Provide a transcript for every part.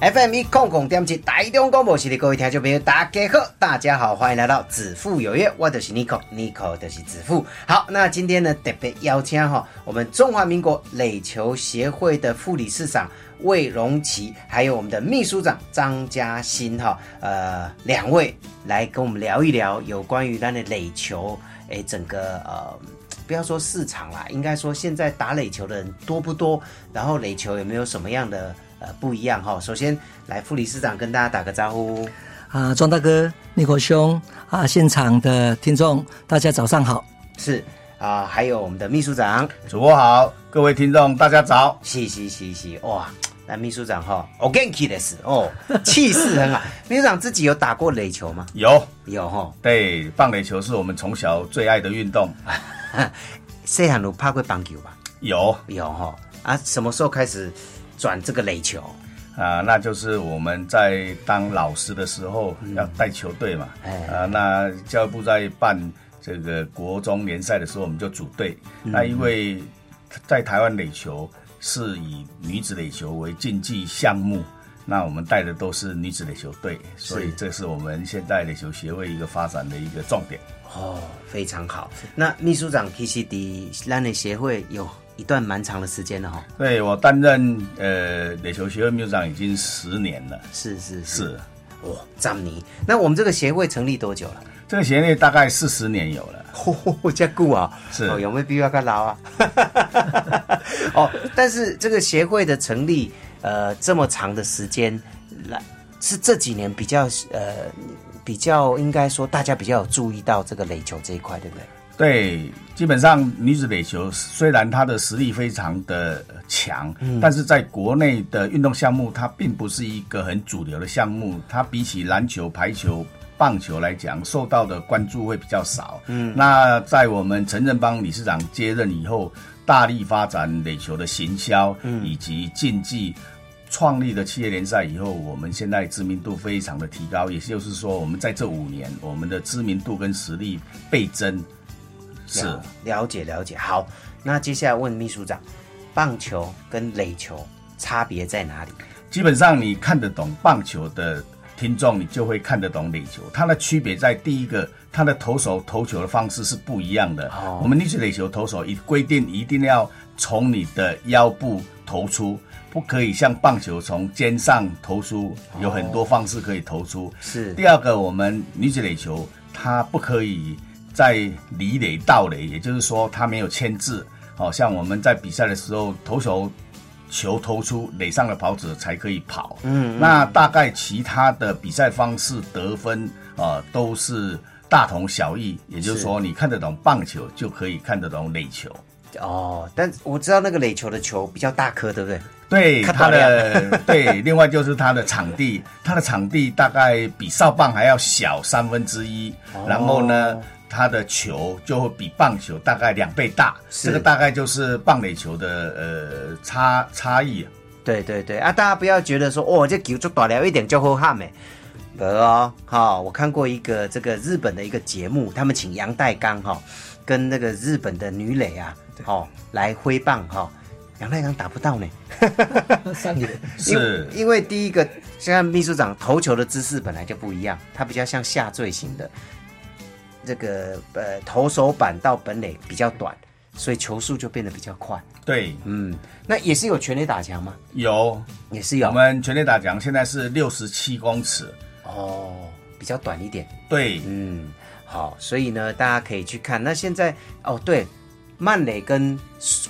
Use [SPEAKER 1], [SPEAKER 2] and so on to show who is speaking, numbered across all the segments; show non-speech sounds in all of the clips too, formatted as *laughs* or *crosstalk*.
[SPEAKER 1] FM 一空空点七台中广播系列各位听众朋友，大家好，大家好，欢迎来到子父有约，我就是 Nico，Nico 就是子父。好，那今天呢特别邀请哈，我们中华民国垒球协会的副理事长魏荣琪，还有我们的秘书长张嘉欣哈，呃，两位来跟我们聊一聊有关于咱的垒球，诶，整个呃。不要说市场啦，应该说现在打垒球的人多不多？然后垒球有没有什么样的呃不一样哈？首先来副理事长跟大家打个招呼。
[SPEAKER 2] 啊，庄大哥、尼克兄啊，现场的听众，大家早上好。
[SPEAKER 1] 是啊、还有我们的秘书长，
[SPEAKER 3] 主播好，各位听众大家早。
[SPEAKER 1] 是是是是，哇，那秘书长哈，我 g a n k 的是哦，气势很好。 *laughs* 秘书长自己有打过垒球吗？
[SPEAKER 3] 有，
[SPEAKER 1] 有哈，
[SPEAKER 3] 对，棒垒球是我们从小最爱的运动。
[SPEAKER 1] 细汉有拍过棒球吧？
[SPEAKER 3] 有
[SPEAKER 1] 有哈，啊，什么时候开始转这个垒球？
[SPEAKER 3] 啊、那就是我们在当老师的时候要带球队嘛。啊、
[SPEAKER 1] 嗯哎
[SPEAKER 3] 那教育部在办这个国中联赛的时候，我们就组队。
[SPEAKER 1] 嗯
[SPEAKER 3] 那因为在台湾垒球是以女子垒球为竞技项目。那我们带的都是女子垒球队，所以
[SPEAKER 1] 是
[SPEAKER 3] 这是我们现在垒球协会一个发展的一个重点。
[SPEAKER 1] 哦，非常好。那秘书长其实的咱的协会有一段蛮长的时间了哈、哦。
[SPEAKER 3] 对我担任呃垒球协会秘书长已经十年了，
[SPEAKER 1] 是是是，
[SPEAKER 3] 是
[SPEAKER 1] 哇，詹尼。那我们这个协会成立多久 *laughs* 了？
[SPEAKER 3] 这个协会大概四十年有了。
[SPEAKER 1] 嚯，加固啊，
[SPEAKER 3] 是
[SPEAKER 1] 哦，有没有比我更老啊？ *laughs* 哦，但是这个协会的成立，呃，这么长的时间，来是这几年比较呃比较应该说大家比较有注意到这个垒球这一块，对不对？
[SPEAKER 3] 对，基本上女子垒球虽然她的实力非常的强，但是在国内的运动项目，它并不是一个很主流的项目。它比起篮球、排球、棒球来讲，受到的关注会比较少。嗯，那在我们陈振邦理事长接任以后，大力发展垒球的行销、以及竞技。创立了企业联赛以后，我们现在知名度非常的提高，也就是说，我们在这五年，我们的知名度跟实力倍增。是，
[SPEAKER 1] 了了解了解。好，那接下来问秘书长，棒球跟垒球差别在哪里？
[SPEAKER 3] 基本上你看得懂棒球的听众，你就会看得懂垒球。它的区别在第一个，它的投手投球的方式是不一样的。
[SPEAKER 1] 哦
[SPEAKER 3] 我们女子垒球投手一规定一定要从你的腰部投出，不可以像棒球从肩上投出，有很多方式可以投出。
[SPEAKER 1] 是
[SPEAKER 3] 第二个，我们女子垒球它不可以在离垒到垒，也就是说它没有牵制。好、像我们在比赛的时候，投手球投出垒上的跑者才可以跑。嗯那大概其他的比赛方式得分呃都是大同小异，也就是说你看得懂棒球就可以看得懂垒球。
[SPEAKER 1] 哦，但我知道那个垒球的球比较大颗，对不对？
[SPEAKER 3] 对
[SPEAKER 1] 看
[SPEAKER 3] 它
[SPEAKER 1] 到
[SPEAKER 3] 的对， *laughs* 另外就是它的场地，它的场地大概比少棒还要小三分之一，
[SPEAKER 1] 哦
[SPEAKER 3] 然后呢，它的球就会比棒球大概两倍大，
[SPEAKER 1] 是
[SPEAKER 3] 这个大概就是棒垒球的呃差差异。
[SPEAKER 1] 对对对啊！大家不要觉得说哦，这球就短了一点就好看没。没哦，哈、我看过一个这个日本的一个节目，他们请杨代刚哈、跟那个日本的女垒啊，哦来挥棒哈、杨代刚打不到呢，
[SPEAKER 2] 上野
[SPEAKER 1] 因为
[SPEAKER 3] 是
[SPEAKER 1] 因为第一个，现在秘书长投球的姿势本来就不一样，他比较像下坠型的，这个呃投手板到本垒比较短，所以球速就变得比较快。
[SPEAKER 3] 对，
[SPEAKER 1] 嗯，那也是有全垒打墙吗？
[SPEAKER 3] 有
[SPEAKER 1] 也是
[SPEAKER 3] 我
[SPEAKER 1] 有
[SPEAKER 3] 们全垒打奖现在是六十七公尺，
[SPEAKER 1] 哦，比较短一点。
[SPEAKER 3] 对，
[SPEAKER 1] 嗯，好，所以呢，大家可以去看。那现在哦，对，慢垒跟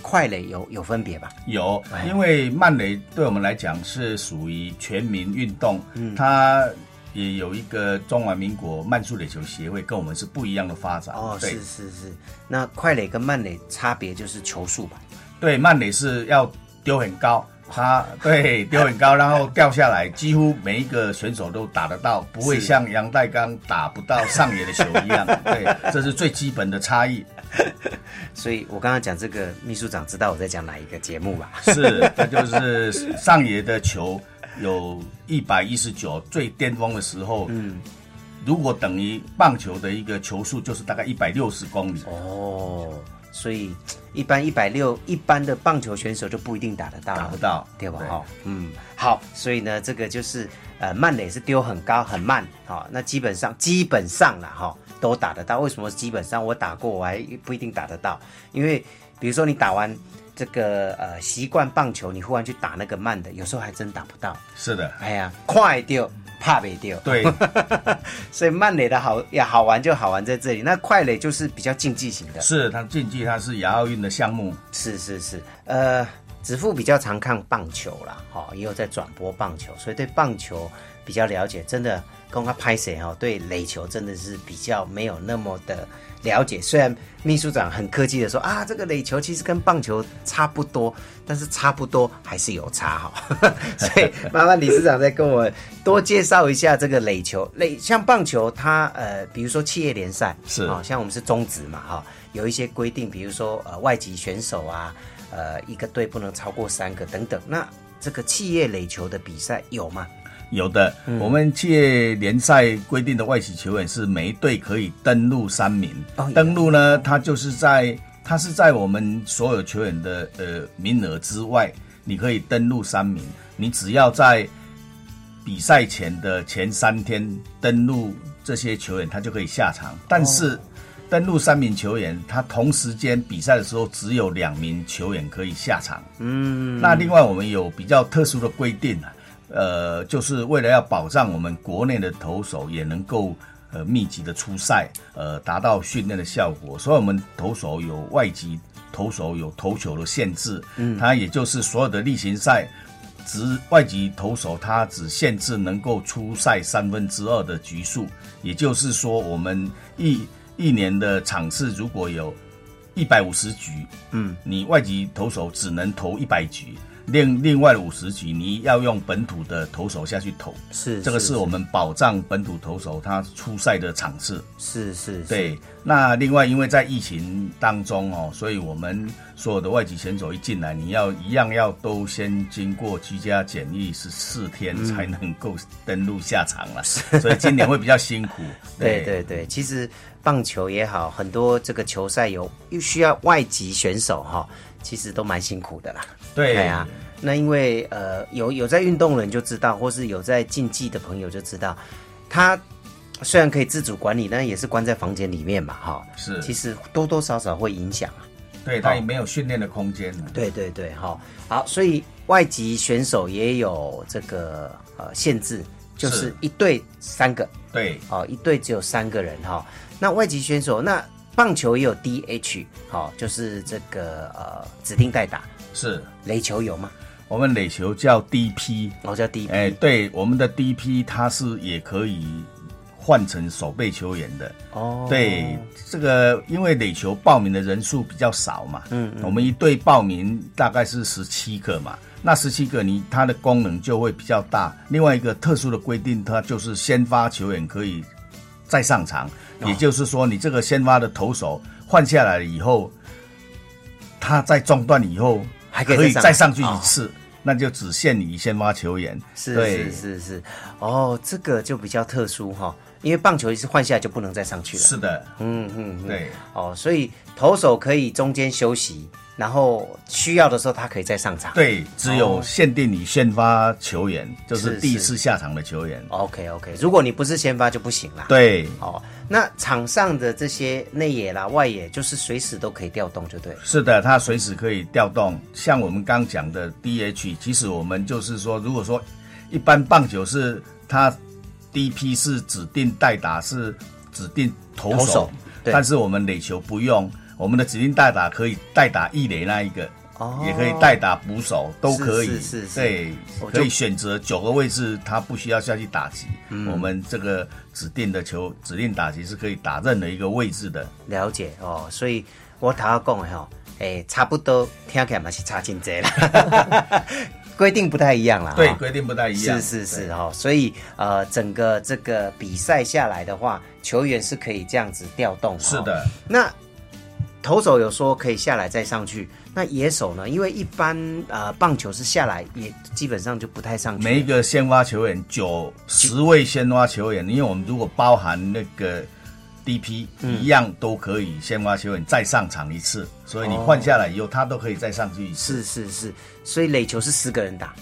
[SPEAKER 1] 快垒有有分别吧？
[SPEAKER 3] 有
[SPEAKER 1] 哎，
[SPEAKER 3] 因为慢垒对我们来讲是属于全民运动，
[SPEAKER 1] 嗯
[SPEAKER 3] 它也有一个中华民国慢速垒球协会，跟我们是不一样的发展。
[SPEAKER 1] 哦，
[SPEAKER 3] 对
[SPEAKER 1] 是是是。那快垒跟慢垒差别就是球速吧？
[SPEAKER 3] 对，慢垒是要丢很高，
[SPEAKER 1] 哦
[SPEAKER 3] 他对丢很高，然后掉下来，几乎每一个选手都打得到，不会
[SPEAKER 1] 是
[SPEAKER 3] 像杨代刚打不到上野的球一
[SPEAKER 1] *laughs*
[SPEAKER 3] 样。对，这是最基本的差异。
[SPEAKER 1] 所以我刚刚讲这个，秘书长知道我在讲哪一个节目吧？
[SPEAKER 3] 是，他就是上野的球有一百一十九，最巅峰的时候，嗯，如果等于棒球的一个球速，就是大概一百六十公里。
[SPEAKER 1] 哦，所以一般一百六一般的棒球选手就不一定打得到，
[SPEAKER 3] 打不到
[SPEAKER 1] 对吧？
[SPEAKER 3] 对
[SPEAKER 1] 哈，嗯，好，所以呢，这个就是呃，慢垒是丢很高很慢，好、那基本上基本上啦，哈、都打得到。为什么基本上我打过，我还不一定打得到？因为比如说你打完这个呃习惯棒球，你忽然去打那个慢的，有时候还真打不到。
[SPEAKER 3] 是的，
[SPEAKER 1] 哎呀，快丢，怕没丢。
[SPEAKER 3] 对，
[SPEAKER 1] 所以慢垒的好呀，好玩就好玩在这里。那快垒就是比较竞技型的，
[SPEAKER 3] 是他竞技，他是亚奥运的项目。
[SPEAKER 1] 是是是，呃，子父比较常看棒球啦，哈、也有在转播棒球，所以对棒球比较了解。真的，刚刚拍谁哈，对垒球真的是比较没有那么的了解。虽然秘书长很客气的说啊，这个垒球其实跟棒球差不多，但是差不多还是有差哈。 *laughs* 所以麻烦理事长再跟我多介绍一下这个垒球。垒像棒球它，呃，比如说企业联赛
[SPEAKER 3] 是
[SPEAKER 1] 啊、像我们是中职嘛哈、有一些规定，比如说呃外籍选手啊，呃一个队不能超过三个等等。那这个企业垒球的比赛有吗？
[SPEAKER 3] 有的，我们企业联赛规定的外籍球员是每一队可以登录三名。
[SPEAKER 1] 哦
[SPEAKER 3] 登录呢，他就是在他是在我们所有球员的呃名额之外，你可以登录三名。你只要在比赛前的前三天登录这些球员，他就可以下场。但是登录三名球员，他同时间比赛的时候只有两名球员可以下场。嗯，那另外我们有比较特殊的规定啊，呃，就是为了要保障我们国内的投手也能够呃密集的出赛，呃，达到训练的效果，所以我们投手有外籍投手有投球的限制，嗯，它也就是所有的例行赛。只外籍投手他只限制能够出赛三分之二的局数，也就是说，我们一一年的场次如果有一百五十局，嗯，你外籍投手只能投一百局，另另外五十局你要用本土的投手下去投，
[SPEAKER 1] 是
[SPEAKER 3] 这个是我们保障本土投手他出赛的场次。
[SPEAKER 1] 是是
[SPEAKER 3] 对，那另外因为在疫情当中哦，所以我们所有的外籍选手一进来，你要一样要都先经过居家检疫十四天才能够登陆下场了，所以今年会比较辛
[SPEAKER 1] *laughs*
[SPEAKER 3] 苦。
[SPEAKER 1] 对对对，其实棒球也好，很多这个球赛有又需要外籍选手哈、其实都蛮辛苦的啦。
[SPEAKER 3] 对
[SPEAKER 1] 对啊，那因为呃，有有在运动的人就知道，或是有在竞技的朋友就知道，他虽然可以自主管理，但也是关在房间里面嘛，哈、
[SPEAKER 3] 是
[SPEAKER 1] 其实多多少少会影响啊。
[SPEAKER 3] 对，他也没有训练的空间了。
[SPEAKER 1] 对对对，哈、好，所以外籍选手也有这个呃限制，就是
[SPEAKER 3] 是
[SPEAKER 1] 一队三个，
[SPEAKER 3] 对，
[SPEAKER 1] 哦，一队只有三个人哈、那外籍选手，那棒球也有 DH，好、就是这个呃指定代打，
[SPEAKER 3] 是
[SPEAKER 1] 垒球有吗？
[SPEAKER 3] 我们垒球叫 DP，
[SPEAKER 1] 我、哦、叫 DP，、
[SPEAKER 3] 哎、对，我们的 DP 它是也可以换成守备球员的。
[SPEAKER 1] 哦，
[SPEAKER 3] 哎对，这个因为垒球报名的人数比较少嘛，嗯，我们一队报名大概是十七个嘛，那十七个你它的功能就会比较大。另外一个特殊的规定，它就是先发球员可以再上场，
[SPEAKER 1] 哦
[SPEAKER 3] 也就是说你这个先发的投手换下来了以后，他在中断以后
[SPEAKER 1] 还可以再上
[SPEAKER 3] 再上去
[SPEAKER 1] 哦
[SPEAKER 3] 一次，那就只限于先发球员。
[SPEAKER 1] 是
[SPEAKER 3] 对
[SPEAKER 1] 是是是，哦，这个就比较特殊哈、因为棒球是换下来就不能再上去了，
[SPEAKER 3] 是的，
[SPEAKER 1] 嗯嗯，嗯
[SPEAKER 3] 对，
[SPEAKER 1] 哦，所以投手可以中间休息，然后需要的时候他可以再上场，
[SPEAKER 3] 对，只有限定你先发球员，就是是第一
[SPEAKER 1] 是
[SPEAKER 3] 次下场的球员。
[SPEAKER 1] ，OK OK，如果你不是先发就不行啦，，
[SPEAKER 3] 对，
[SPEAKER 1] 哦，那场上的这些内野啦、外野，就是随时都可以调动，就对了。
[SPEAKER 3] 是的，他随时可以调动。像我们刚讲的 DH，其实我们就是说，如果说一般棒球是他 DP 是指定代打，是指定投手，
[SPEAKER 1] 投手对
[SPEAKER 3] 但是我们垒球不用，我们的指定代打可以代打一垒那一个。
[SPEAKER 1] 哦
[SPEAKER 3] 也可以代打捕手，都
[SPEAKER 1] 是
[SPEAKER 3] 可以，
[SPEAKER 1] 是是是
[SPEAKER 3] 对
[SPEAKER 1] 我，就
[SPEAKER 3] 可以选择九个位置，他不需要下去打击。
[SPEAKER 1] 嗯
[SPEAKER 3] 我们这个指定的球指定打击是可以打任何一个位置的。
[SPEAKER 1] 了解哦，所以
[SPEAKER 3] *laughs*
[SPEAKER 1] 我头下讲的吼，诶、差不多听起来嘛是差真济啦。规定不太一样啦。
[SPEAKER 3] 对
[SPEAKER 1] 哈
[SPEAKER 3] 规定不太一样，
[SPEAKER 1] 啊是是是
[SPEAKER 3] 对，
[SPEAKER 1] 哈、所以呃，整个这个比赛下来的话，球员是可以这样子调动、哈
[SPEAKER 3] 是。的，
[SPEAKER 1] 那投手有说可以下来再上去，那野手呢？因为一般呃棒球是下来也基本上就不太上去。
[SPEAKER 3] 每一个先发球员九十位先发球员，因为我们如果包含那个 DP，、一
[SPEAKER 1] 嗯
[SPEAKER 3] 样都可以先发球员再上场一次，所以你换下来以后，他都可以再上去一次。
[SPEAKER 1] 是是是，所以垒球是十个人打，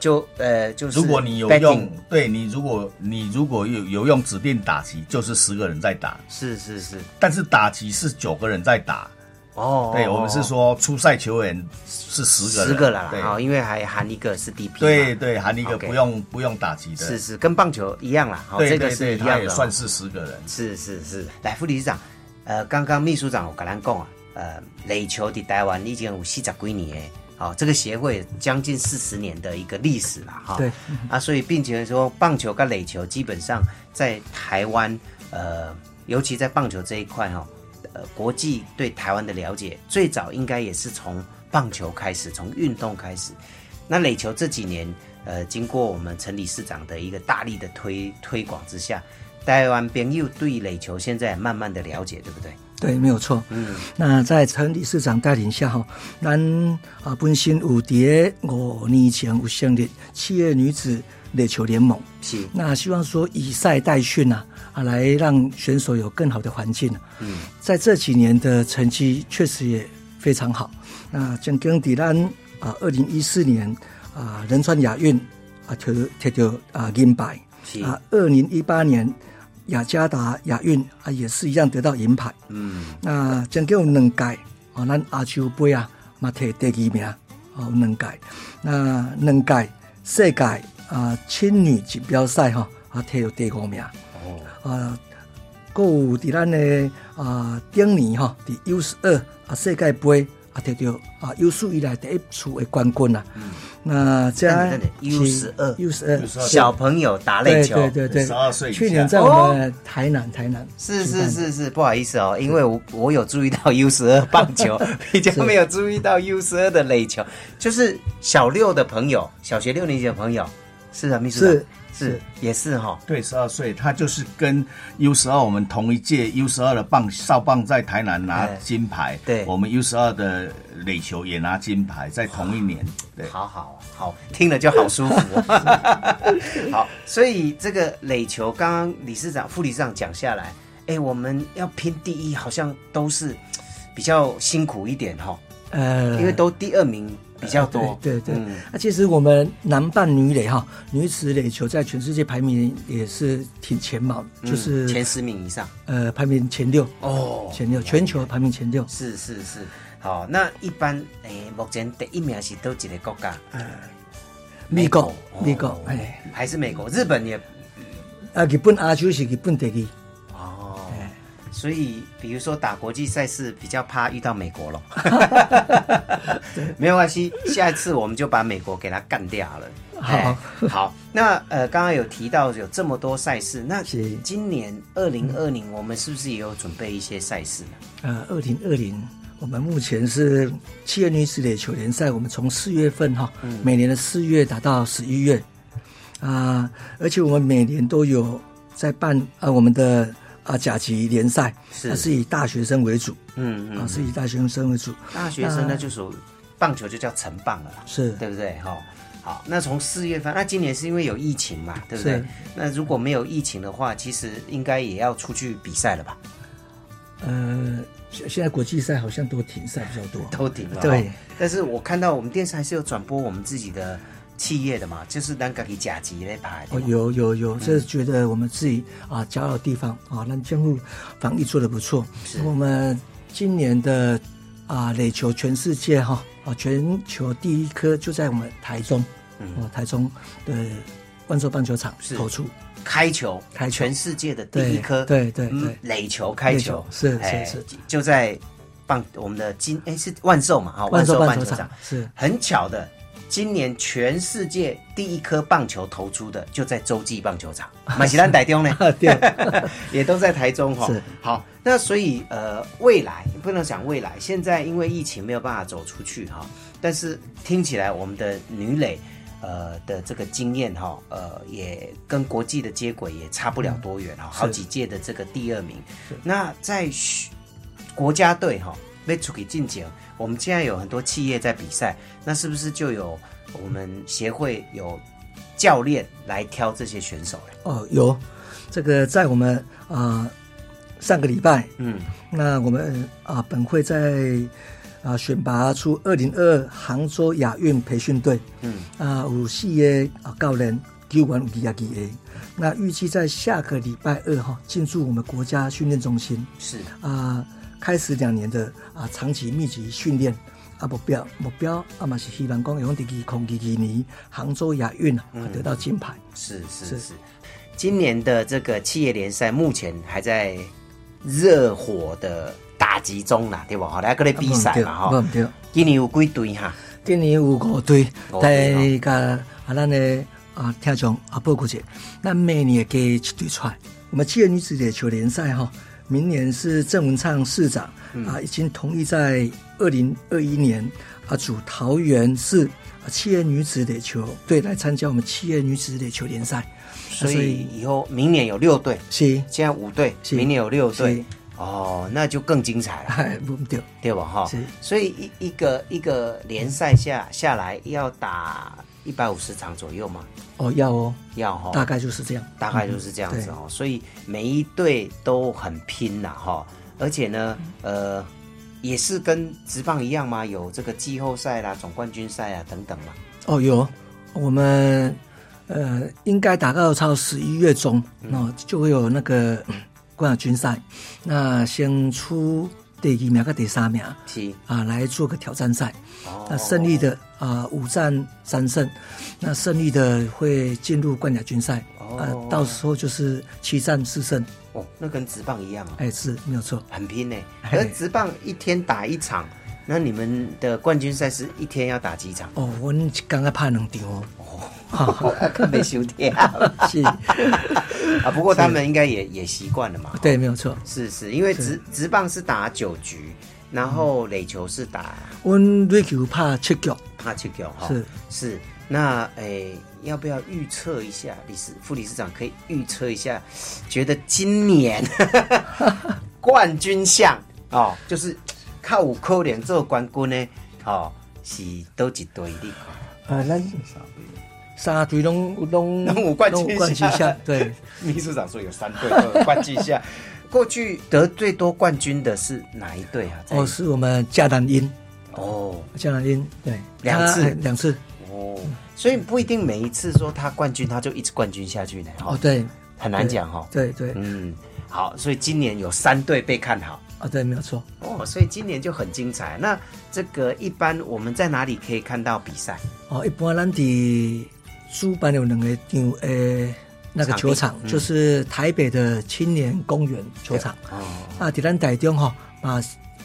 [SPEAKER 1] 就呃就是
[SPEAKER 3] 如果你有
[SPEAKER 1] batting
[SPEAKER 3] 用，对你如果你如果有有用指定打击，就是十个人在打，
[SPEAKER 1] 是是是
[SPEAKER 3] 但是打击是九个人在打。
[SPEAKER 1] 哦，
[SPEAKER 3] 对，我们是说初赛球员是十个人，
[SPEAKER 1] 十个了啦，
[SPEAKER 3] 对
[SPEAKER 1] 哦，因为还含一个是 DP，
[SPEAKER 3] 对
[SPEAKER 1] 嘛，
[SPEAKER 3] 对，含一个
[SPEAKER 1] OK
[SPEAKER 3] 不用不用打击的，
[SPEAKER 1] 是是跟棒球一样啦，好，
[SPEAKER 3] 对
[SPEAKER 1] 这个
[SPEAKER 3] 对
[SPEAKER 1] 是
[SPEAKER 3] 对，
[SPEAKER 1] 一
[SPEAKER 3] 他
[SPEAKER 1] 样
[SPEAKER 3] 也
[SPEAKER 1] 的哦，
[SPEAKER 3] 算是十个人。
[SPEAKER 1] 是是是，来副理事长，呃，刚刚秘书长有跟咱讲啊，呃，垒球在台湾已经有四十几年的，好、这个协会将近四十年的一个历史了哈。
[SPEAKER 2] 对
[SPEAKER 1] 啊，所以并且说棒球跟垒球基本上在台湾，呃，尤其在棒球这一块哈、呃，国际对台湾的了解最早应该也是从棒球开始，从运动开始。那垒球这几年，呃，经过我们陈理事长的一个大力的推推广之下，台湾朋友对垒球现在也慢慢的了解，对不对？
[SPEAKER 2] 对，没有错。
[SPEAKER 1] 嗯，
[SPEAKER 2] 那在陈理事长带领下吼，咱啊本身有伫五年前有成立企业女子垒球联盟，
[SPEAKER 1] 是，
[SPEAKER 2] 那希望说以赛代训啊，啊来让选手有更好的环境、啊。
[SPEAKER 1] 嗯，
[SPEAKER 2] 在这几年的成绩确实也非常好。那整跟迪兰啊，二零一四年啊仁川亚运啊，摕到摕到啊银牌
[SPEAKER 1] 是
[SPEAKER 2] 啊，二零一八年雅加达亚运啊也是一样得到银牌。
[SPEAKER 1] 嗯，
[SPEAKER 2] 那将近有两届，哦，咱亚洲杯啊，嘛摕第二名，哦，有两届，那两届世界啊、青女锦标赛吼，啊摕到第五名，
[SPEAKER 1] 哦，
[SPEAKER 2] 啊，还有伫咱的啊顶年吼，伫 U 十二啊世界杯啊摕到啊有史以来第一次的冠军啊。那这
[SPEAKER 1] 等等等 U12
[SPEAKER 2] U 十二
[SPEAKER 1] 小朋友打垒
[SPEAKER 2] 对
[SPEAKER 1] 球，
[SPEAKER 2] 对对对，
[SPEAKER 3] 12岁以下
[SPEAKER 2] 去年在我们台南台南
[SPEAKER 1] 是
[SPEAKER 2] 举
[SPEAKER 1] 是
[SPEAKER 2] 办
[SPEAKER 1] 是是，不好意思哦，因为我我有注意到 *laughs* U 十二棒
[SPEAKER 2] *laughs*
[SPEAKER 1] 球，比较没有注意到 U 十二的垒球，就是小六的朋友，小学六年级的朋友，是啊，秘书长
[SPEAKER 2] 是
[SPEAKER 1] 是
[SPEAKER 2] 是
[SPEAKER 1] 也是哦哈、
[SPEAKER 3] 对，十二岁，他就是跟 U 十二我们同一届 U 十二的棒少棒在台南拿
[SPEAKER 1] 哎
[SPEAKER 3] 金牌，
[SPEAKER 1] 对
[SPEAKER 3] 我们 U 十二的垒球也拿金牌，在同一年，对，
[SPEAKER 1] 好好好，听了就好舒服。
[SPEAKER 2] *laughs*
[SPEAKER 1] 好，所以这个垒球，刚刚理事长、副理事长讲下来，哎，我们要拼第一，好像都是比较辛苦一点哈、哦
[SPEAKER 2] 呃，
[SPEAKER 1] 因为都第二名比较多。
[SPEAKER 2] 对对对，
[SPEAKER 1] 嗯
[SPEAKER 2] 那、其实我们男扮女垒哈，女子垒球在全世界排名也是挺前茅，就是、
[SPEAKER 1] 嗯前十名以上
[SPEAKER 2] 呃排名前六，
[SPEAKER 1] 哦
[SPEAKER 2] 前六，全球排名前六。
[SPEAKER 1] 是是是，好，那一般诶、目前第一名是都几个国家？
[SPEAKER 2] 美国，
[SPEAKER 1] 哦
[SPEAKER 2] 美国，哎，
[SPEAKER 1] 还是美国，日本也
[SPEAKER 2] 啊，日本亚洲是日本第二，
[SPEAKER 1] 哦。
[SPEAKER 2] 哎
[SPEAKER 1] 所以，比如说打国际赛事，比较怕遇到美
[SPEAKER 2] *laughs*
[SPEAKER 1] 国咯。没有关系，下一次我们就把美国给它干掉了。
[SPEAKER 2] 好
[SPEAKER 1] 哎好，那呃，刚刚有提到有这么多赛事，那
[SPEAKER 2] 是
[SPEAKER 1] 今年二零二零，我们是不是也有准备一些赛事呢？
[SPEAKER 2] 呃，二零二零。我们目前是七月女子垒球联赛，我们从四月份哈、
[SPEAKER 1] 嗯
[SPEAKER 2] 每年的四月打到十一月，啊、而且我们每年都有在办啊、我们的啊甲级联赛，
[SPEAKER 1] 是
[SPEAKER 2] 啊是以大学生为主，
[SPEAKER 1] 嗯
[SPEAKER 2] 啊，
[SPEAKER 1] 嗯，
[SPEAKER 2] 是以大学生为主，
[SPEAKER 1] 大学生呢就属于棒球就叫城棒了啦。
[SPEAKER 2] 嗯是
[SPEAKER 1] 对不对？哈、好，那从四月份，那今年是因为有疫情嘛，对不对
[SPEAKER 2] 是？
[SPEAKER 1] 那如果没有疫情的话，其实应该也要出去比赛了吧？ *laughs*
[SPEAKER 2] 呃，现现在国际赛好像都停赛比较多，
[SPEAKER 1] 都停了。
[SPEAKER 2] 对
[SPEAKER 1] 哦。但是我看到我们电视还是有转播我们自己的企业的嘛，就是咱家己甲级来排。
[SPEAKER 2] 哦
[SPEAKER 1] 对，吧
[SPEAKER 2] 有有有，
[SPEAKER 1] 嗯
[SPEAKER 2] 这是觉得我们自己啊骄傲的地方啊，那江户防疫做的不错。我们今年的啊垒球全世界哈啊全球第一颗就在我们台中，哦台中的万寿棒球场
[SPEAKER 1] 嗯是
[SPEAKER 2] 投出，
[SPEAKER 1] 开球，
[SPEAKER 2] 开球
[SPEAKER 1] 全世界的第一颗，
[SPEAKER 2] 对对对
[SPEAKER 1] 嗯
[SPEAKER 2] 对
[SPEAKER 1] 垒球开球
[SPEAKER 2] 垒球是
[SPEAKER 1] 哎
[SPEAKER 2] 是是
[SPEAKER 1] 就在棒我们的金哎是万寿嘛，哈，
[SPEAKER 2] 万寿
[SPEAKER 1] 寿
[SPEAKER 2] 棒
[SPEAKER 1] 棒
[SPEAKER 2] 球
[SPEAKER 1] 球
[SPEAKER 2] 场是
[SPEAKER 1] 很巧的，今年全世界第一颗棒球投出的就在洲际棒
[SPEAKER 2] *laughs*
[SPEAKER 1] 球场，马西兰台中呢，
[SPEAKER 2] 啊对，
[SPEAKER 1] *laughs* 也都在台中哈
[SPEAKER 2] 是。
[SPEAKER 1] 好，那所以呃，未来不能讲未来，现在因为疫情没有办法走出去哈，但是听起来我们的女垒呃的这个经验哈、呃，也跟国际的接轨也差不了多远哈、好几届的这个第二名。那在学国家队哈、被出给进前，我们现在有很多企业在比赛，那是不是就有我们协会有教练来挑这些选手了？
[SPEAKER 2] 哦，有这个在我们啊、上个礼拜，
[SPEAKER 1] 嗯，
[SPEAKER 2] 那我们啊、本会在啊、选拔出二零二杭州亚运培训队，
[SPEAKER 1] 嗯
[SPEAKER 2] 啊、有四个啊教练丢完五啊几个，那预计在下个礼拜二哈进驻我们国家训练中心
[SPEAKER 1] 是
[SPEAKER 2] 啊、开始两年的啊、长期密集训练。啊，目标目标啊嘛是希望讲用第二空二二年杭州亚运啊
[SPEAKER 1] 嗯
[SPEAKER 2] 得到金牌。
[SPEAKER 1] 是是
[SPEAKER 2] 是
[SPEAKER 1] 是，今年的这个企业联赛目前还在热火的打击中啦，对吧？好，来个来比赛嘛
[SPEAKER 2] 啊不
[SPEAKER 1] 哈
[SPEAKER 2] 啊唔，对，不唔对
[SPEAKER 1] 今年有几队哈？
[SPEAKER 2] 今年有五队
[SPEAKER 1] 五，队
[SPEAKER 2] 大家啊，咱的啊听众啊报告者，咱每年加一队出来。我们七月女子垒球联赛哈，明年是郑文灿市长
[SPEAKER 1] 嗯
[SPEAKER 2] 啊已经同意在二零二一年啊主桃园市啊七月女子垒球队来参加我们七月女子垒球联赛，
[SPEAKER 1] 所
[SPEAKER 2] 所
[SPEAKER 1] 以
[SPEAKER 2] 以
[SPEAKER 1] 以后明年有六队，
[SPEAKER 2] 是
[SPEAKER 1] 现在五队，
[SPEAKER 2] 是
[SPEAKER 1] 明年有六队
[SPEAKER 2] 是，
[SPEAKER 1] 哦，那就更精彩了，
[SPEAKER 2] 哎不对，
[SPEAKER 1] 对吧？哈
[SPEAKER 2] 是，
[SPEAKER 1] 所以一一个一个联赛下下来要打一百五十场左右嘛，
[SPEAKER 2] 哦要哦，
[SPEAKER 1] 要哈，
[SPEAKER 2] 大概就是这样，
[SPEAKER 1] 大概就是这样
[SPEAKER 2] 嗯
[SPEAKER 1] 子哦。所以每一队都很拼呐、哈、而且呢，呃，也是跟职棒一样嘛，有这个季后赛啦、总冠军赛啊等等嘛。
[SPEAKER 2] 哦，有，我们呃应该打到超十一月中，
[SPEAKER 1] 嗯
[SPEAKER 2] 那、就会有那个嗯冠军赛。那先出第一名跟第三名
[SPEAKER 1] 是
[SPEAKER 2] 啊，来做个挑战赛。
[SPEAKER 1] 哦
[SPEAKER 2] 那胜利的啊五战三胜，那胜利的会进入冠亚军赛。啊
[SPEAKER 1] 哦，
[SPEAKER 2] 到时候就是七战四胜，
[SPEAKER 1] 哦，那跟职棒一样啊，
[SPEAKER 2] 哎，是没有错。
[SPEAKER 1] 很拼呢、
[SPEAKER 2] 嘿
[SPEAKER 1] 而职棒一天打一场，那你们的冠军赛是一天要打几
[SPEAKER 2] *laughs*
[SPEAKER 1] 场？
[SPEAKER 2] 哦，我们刚刚拍两场哦，
[SPEAKER 1] 更没休天啊！
[SPEAKER 2] *laughs* 是，
[SPEAKER 1] 不过他们应该也也习惯了嘛。
[SPEAKER 2] 对，没有错。
[SPEAKER 1] 是是，因为职职棒是打九局，然后垒球是打
[SPEAKER 2] 我们垒球拍七局，
[SPEAKER 1] 怕去掉哈。
[SPEAKER 2] 是
[SPEAKER 1] 是，那诶、要不要预测一下？理事副理事长可以预测一下，觉得今年 *laughs* 冠军项哦，就是靠五扣脸做冠军呢，哦，是都一队的。
[SPEAKER 2] 啊，咱三队拢
[SPEAKER 1] *laughs*
[SPEAKER 2] 拢
[SPEAKER 1] 拢有冠军
[SPEAKER 2] 拢有冠军
[SPEAKER 1] 下
[SPEAKER 2] 下，
[SPEAKER 1] *laughs*
[SPEAKER 2] 对，
[SPEAKER 1] 秘书长说有三队都有冠军项， *laughs* 过去得最多冠军的是哪一队啊？在
[SPEAKER 2] 哦，是我们加南音，
[SPEAKER 1] 哦
[SPEAKER 2] 加南音，对，
[SPEAKER 1] 两
[SPEAKER 2] 他
[SPEAKER 1] 次
[SPEAKER 2] 哎两次，
[SPEAKER 1] 哦，所以不一定每一次说他冠军，他就一直冠军下去呢。
[SPEAKER 2] 哦，，对，
[SPEAKER 1] 很难讲哈、哦。
[SPEAKER 2] 对对，
[SPEAKER 1] 嗯， *laughs* 好，所以今年有三队被看好
[SPEAKER 2] 啊，对，没有错。
[SPEAKER 1] 哦，所以今年就很精彩。那这个一般我们在哪里可以看到比赛？
[SPEAKER 2] 哦，一般咱伫主办有两个场诶，那个球场
[SPEAKER 1] 场地嗯
[SPEAKER 2] 就是台北的青年公园球场，
[SPEAKER 1] 哦，
[SPEAKER 2] 啊，伫咱台中吼，啊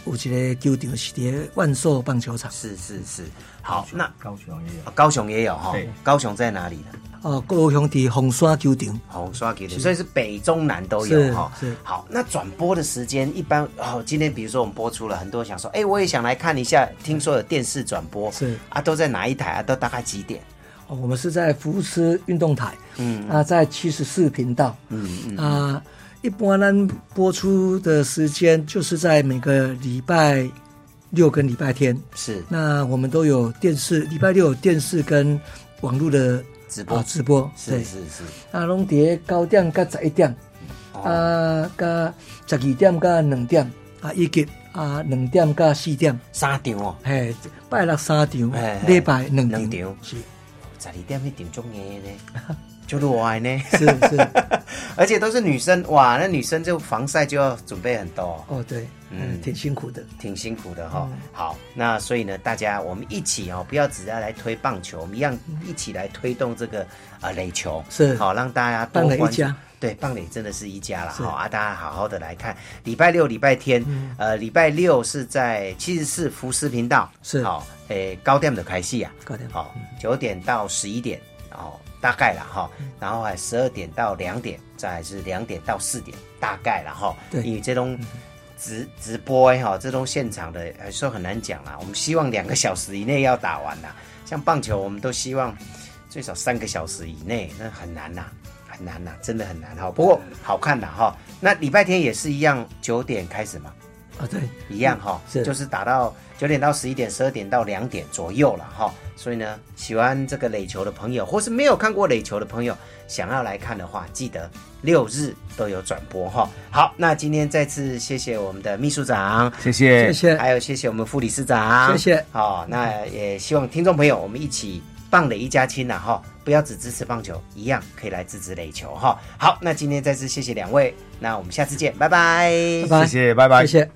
[SPEAKER 2] 有一个球场是伫万寿棒球场，
[SPEAKER 1] 是是是，好，那
[SPEAKER 3] 高雄也有。
[SPEAKER 1] 哦高雄也有哈、
[SPEAKER 3] 对
[SPEAKER 1] 高雄在哪里呢？
[SPEAKER 2] 哦，高雄伫红山球场，
[SPEAKER 1] 红刷球所以是北中南都有
[SPEAKER 2] 是
[SPEAKER 1] 哈
[SPEAKER 2] 是。
[SPEAKER 1] 好，那转播的时间一般哦，今天比如说我们播出了，很多人想说，哎、我也想来看一下，听说有电视转播，
[SPEAKER 2] 是
[SPEAKER 1] 啊，都在哪一台啊？都大概几点？
[SPEAKER 2] 哦，我们是在福斯运动台，嗯，啊，在七十四频道，嗯嗯，啊，一般呢播出的时间就是在每个礼拜六跟礼拜天，
[SPEAKER 1] 是
[SPEAKER 2] 那我们都有电视，礼拜六有电视跟网络的
[SPEAKER 1] 直播
[SPEAKER 2] 啊直播，
[SPEAKER 1] 是
[SPEAKER 2] 对，
[SPEAKER 1] 是是，
[SPEAKER 2] 啊，拢伫九点到十一点，
[SPEAKER 1] 哦
[SPEAKER 2] 啊，加十二点到两点，啊，以及啊两点到四点，
[SPEAKER 1] 三场哦，
[SPEAKER 2] 嘿，拜六三场
[SPEAKER 1] 嘿，嘿
[SPEAKER 2] 礼拜两
[SPEAKER 1] 两
[SPEAKER 2] 场，
[SPEAKER 1] 场
[SPEAKER 2] 是
[SPEAKER 1] 十二点那点钟耶呢， *laughs* 就热爱呢。
[SPEAKER 2] 是是，
[SPEAKER 1] 而且都是女生，哇，那女生就防晒就要准备很多，
[SPEAKER 2] 哦对，嗯，挺辛苦的。
[SPEAKER 1] 挺辛苦的哈、
[SPEAKER 2] 嗯
[SPEAKER 1] 好，那所以呢，大家我们一起哦，不要只要来推棒球，我们一样一起来推动这个呃垒球，
[SPEAKER 2] 是
[SPEAKER 1] 好让大家多
[SPEAKER 2] 棒垒一
[SPEAKER 1] 关注
[SPEAKER 2] 家。
[SPEAKER 1] 对，棒垒真的是一家了哈啊！大家好好的来看，礼拜六、礼拜天，
[SPEAKER 2] 嗯
[SPEAKER 1] 呃，礼拜六是在七十四福斯频道，
[SPEAKER 2] 是
[SPEAKER 1] 好，诶、高点的开戏啊，
[SPEAKER 2] 九点
[SPEAKER 1] 好，九点到十一点，哦，大概了哈，然后还十二点到两点，再来是两点到四点，大概了哈。
[SPEAKER 2] 对
[SPEAKER 1] 因为这种直直播哎哈，这种现场的有时候很难讲啦。我们希望两个小时以内要打完啦。像棒球，我们都希望最少三个小时以内，那很难呐、很难呐、真的很难哈。不过好看啦哈。那礼拜天也是一样，九点开始嘛，
[SPEAKER 2] 啊，对，
[SPEAKER 1] 一样哈，
[SPEAKER 2] 是
[SPEAKER 1] 就是打到九点到十一点，十二点到两点左右了哈。所以呢，喜欢这个垒球的朋友，或是没有看过垒球的朋友，想要来看的话，记得六日都有转播哈。好，那今天再次谢谢我们的秘书长，
[SPEAKER 3] 谢谢
[SPEAKER 2] 谢谢。
[SPEAKER 1] 还有谢谢我们副理事长，
[SPEAKER 2] 谢谢
[SPEAKER 1] 哦，那也希望听众朋友我们一起棒垒一家亲啊呐哈、不要只支持棒球，一样可以来支持垒球哈、好，那今天再次谢谢两位，那我们下次见，拜拜
[SPEAKER 2] 拜
[SPEAKER 3] 谢
[SPEAKER 2] 拜
[SPEAKER 3] 谢，拜拜。
[SPEAKER 2] 谢谢。